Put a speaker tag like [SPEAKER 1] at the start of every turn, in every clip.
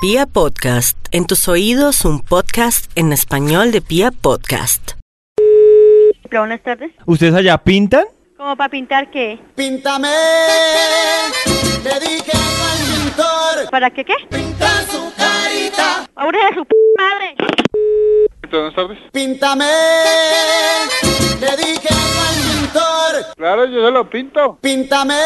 [SPEAKER 1] Pia Podcast, en tus oídos un podcast en español de Pia Podcast.
[SPEAKER 2] Hola, buenas tardes.
[SPEAKER 3] ¿Ustedes allá pintan?
[SPEAKER 2] ¿Cómo para pintar qué?
[SPEAKER 4] Píntame, le dije al pintor,
[SPEAKER 2] ¿Para qué qué?
[SPEAKER 4] pinta su carita.
[SPEAKER 2] ¡Aure de su p madre!
[SPEAKER 5] Buenas tardes.
[SPEAKER 4] Píntame, le dije al pintor,
[SPEAKER 5] Claro, yo se lo pinto.
[SPEAKER 4] píntame,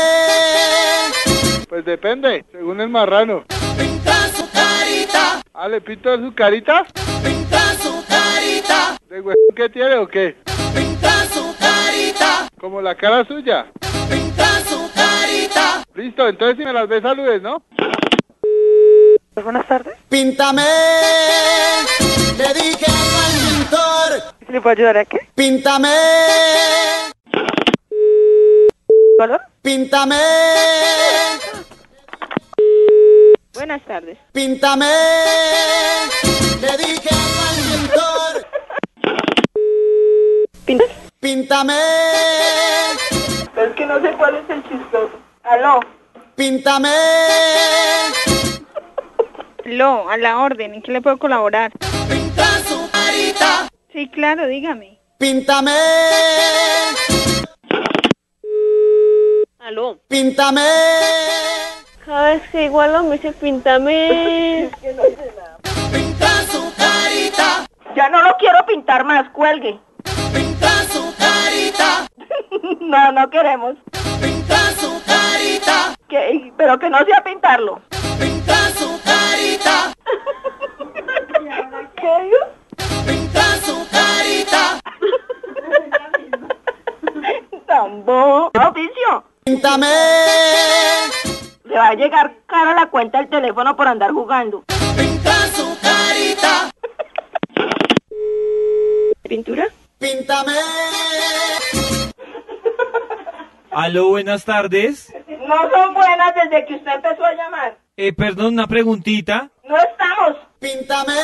[SPEAKER 5] Pues depende, según el marrano.
[SPEAKER 4] pinta su carita,
[SPEAKER 5] Ah, le pinto su carita.
[SPEAKER 4] pinta su carita,
[SPEAKER 5] ¿De hue- qué tiene o qué?
[SPEAKER 4] pinta su carita,
[SPEAKER 5] Como la cara suya.
[SPEAKER 4] pinta su carita.
[SPEAKER 5] Listo, entonces si me las ves saludes, ¿no?
[SPEAKER 2] Buenas tardes.
[SPEAKER 4] Píntame, le dije al pintor,
[SPEAKER 2] ¿Se le puede ayudar a qué?
[SPEAKER 4] píntame,
[SPEAKER 2] ¿Color?
[SPEAKER 4] píntame,
[SPEAKER 2] Buenas tardes.
[SPEAKER 4] píntame, le dije al pintor.
[SPEAKER 2] ¿Pintas?
[SPEAKER 4] Píntame,
[SPEAKER 2] Es que no sé cuál es el chistoso. Aló.
[SPEAKER 4] píntame,
[SPEAKER 2] Aló, a la orden. ¿En qué le puedo colaborar?
[SPEAKER 4] pinta su carita,
[SPEAKER 2] Sí, claro, dígame.
[SPEAKER 4] píntame,
[SPEAKER 6] Aló.
[SPEAKER 4] píntame,
[SPEAKER 6] Cada vez que igualo me dice píntame.
[SPEAKER 4] pinta su carita,
[SPEAKER 2] Ya no lo quiero pintar más, cuelgue.
[SPEAKER 4] pinta su carita,
[SPEAKER 2] No, no queremos.
[SPEAKER 4] pinta su carita,
[SPEAKER 2] Que, pero que no sea pintarlo.
[SPEAKER 4] pinta su carita,
[SPEAKER 2] ¿Qué digo?
[SPEAKER 4] pinta su carita,
[SPEAKER 2] Tambo. Oficio.
[SPEAKER 4] píntame,
[SPEAKER 2] Le va a llegar cara a la cuenta del teléfono por andar jugando.
[SPEAKER 4] pinta su carita,
[SPEAKER 6] ¿Pintura?
[SPEAKER 4] píntame,
[SPEAKER 3] Aló, buenas tardes.
[SPEAKER 2] No son buenas desde que usted empezó a llamar.
[SPEAKER 3] Eh, perdón, una preguntita.
[SPEAKER 2] No estamos.
[SPEAKER 4] píntame,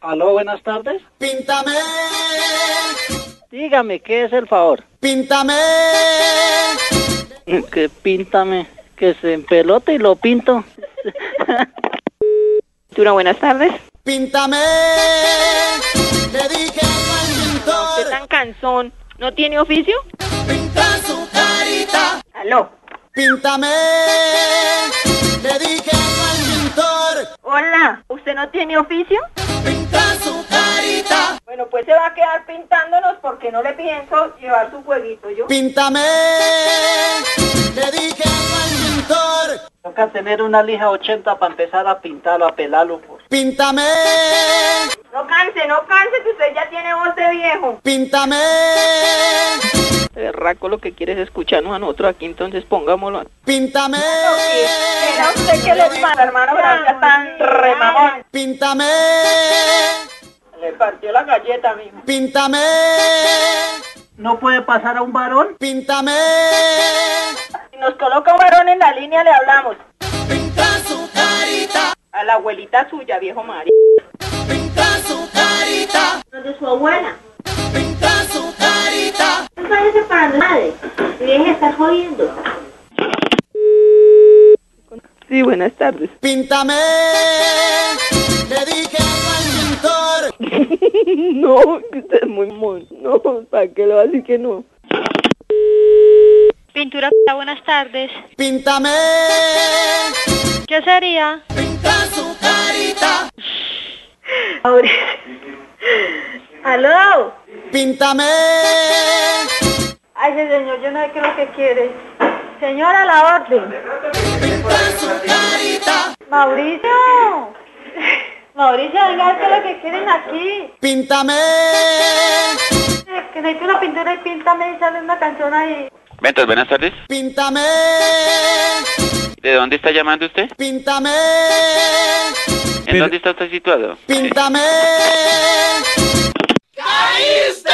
[SPEAKER 7] Aló, buenas tardes.
[SPEAKER 4] píntame,
[SPEAKER 7] Dígame, ¿qué es el favor?
[SPEAKER 4] píntame,
[SPEAKER 7] Que píntame, que se empelote y lo pinto.
[SPEAKER 6] Pintura, buenas tardes.
[SPEAKER 4] píntame, le dije al
[SPEAKER 6] ¿Qué
[SPEAKER 4] pintor.
[SPEAKER 6] tan cansón? ¿No tiene oficio?
[SPEAKER 4] Pinta su carita,
[SPEAKER 2] Aló.
[SPEAKER 4] píntame. Le dije al pintor,
[SPEAKER 2] Hola, ¿usted no tiene oficio?
[SPEAKER 4] pinta su carita,
[SPEAKER 2] Bueno, pues se va a quedar pintándonos porque no le pienso llevar su jueguito yo.
[SPEAKER 4] píntame. Le dije al pintor,
[SPEAKER 7] Toca tener una lija 80 para empezar a pintarlo, a pelarlo. Pues.
[SPEAKER 4] píntame,
[SPEAKER 2] No canse, no canse que usted ya tiene voz de viejo.
[SPEAKER 4] píntame,
[SPEAKER 6] Raco, lo que quieres es escucharnos a nosotros aquí, entonces pongámoslo. a-
[SPEAKER 4] píntame,
[SPEAKER 2] Era usted que les manda, hermano, gracias tan remamón.
[SPEAKER 4] píntame,
[SPEAKER 2] Le partió la galleta mismo.
[SPEAKER 4] píntame,
[SPEAKER 7] ¿No puede pasar a un varón?
[SPEAKER 4] píntame.
[SPEAKER 2] Si nos coloca un varón en la línea le hablamos.
[SPEAKER 4] Pinta su carita,
[SPEAKER 2] A la abuelita suya, viejo Mari.
[SPEAKER 4] pinta su carita,
[SPEAKER 2] De su abuela.
[SPEAKER 4] pinta su carita,
[SPEAKER 2] Váyase para madre. Deje estar jodiendo.
[SPEAKER 6] Sí, buenas tardes.
[SPEAKER 4] píntame. Le dije al pintor,
[SPEAKER 6] No, que usted es muy mono. No, ¿para qué lo va a decir que no?
[SPEAKER 8] Pintura, buenas tardes.
[SPEAKER 4] Píntame,
[SPEAKER 8] ¿Qué sería?
[SPEAKER 4] pinta su carita,
[SPEAKER 2] Aló.
[SPEAKER 4] píntame,
[SPEAKER 2] Ay, señor, yo no sé qué es lo que quiere. Señora, la orden.
[SPEAKER 4] pinta su carita,
[SPEAKER 2] Mauricio. Mauricio, venga, ¿qué es lo que quieren aquí?
[SPEAKER 4] píntame,
[SPEAKER 2] Que necesito una pintura y píntame y sale una canción ahí.
[SPEAKER 9] Ventas, buenas tardes.
[SPEAKER 4] píntame,
[SPEAKER 9] ¿De dónde está llamando usted?
[SPEAKER 4] píntame,
[SPEAKER 9] ¿En
[SPEAKER 3] Pero-
[SPEAKER 9] Eh, dónde está usted situado?
[SPEAKER 4] píntame. ¡Caíste!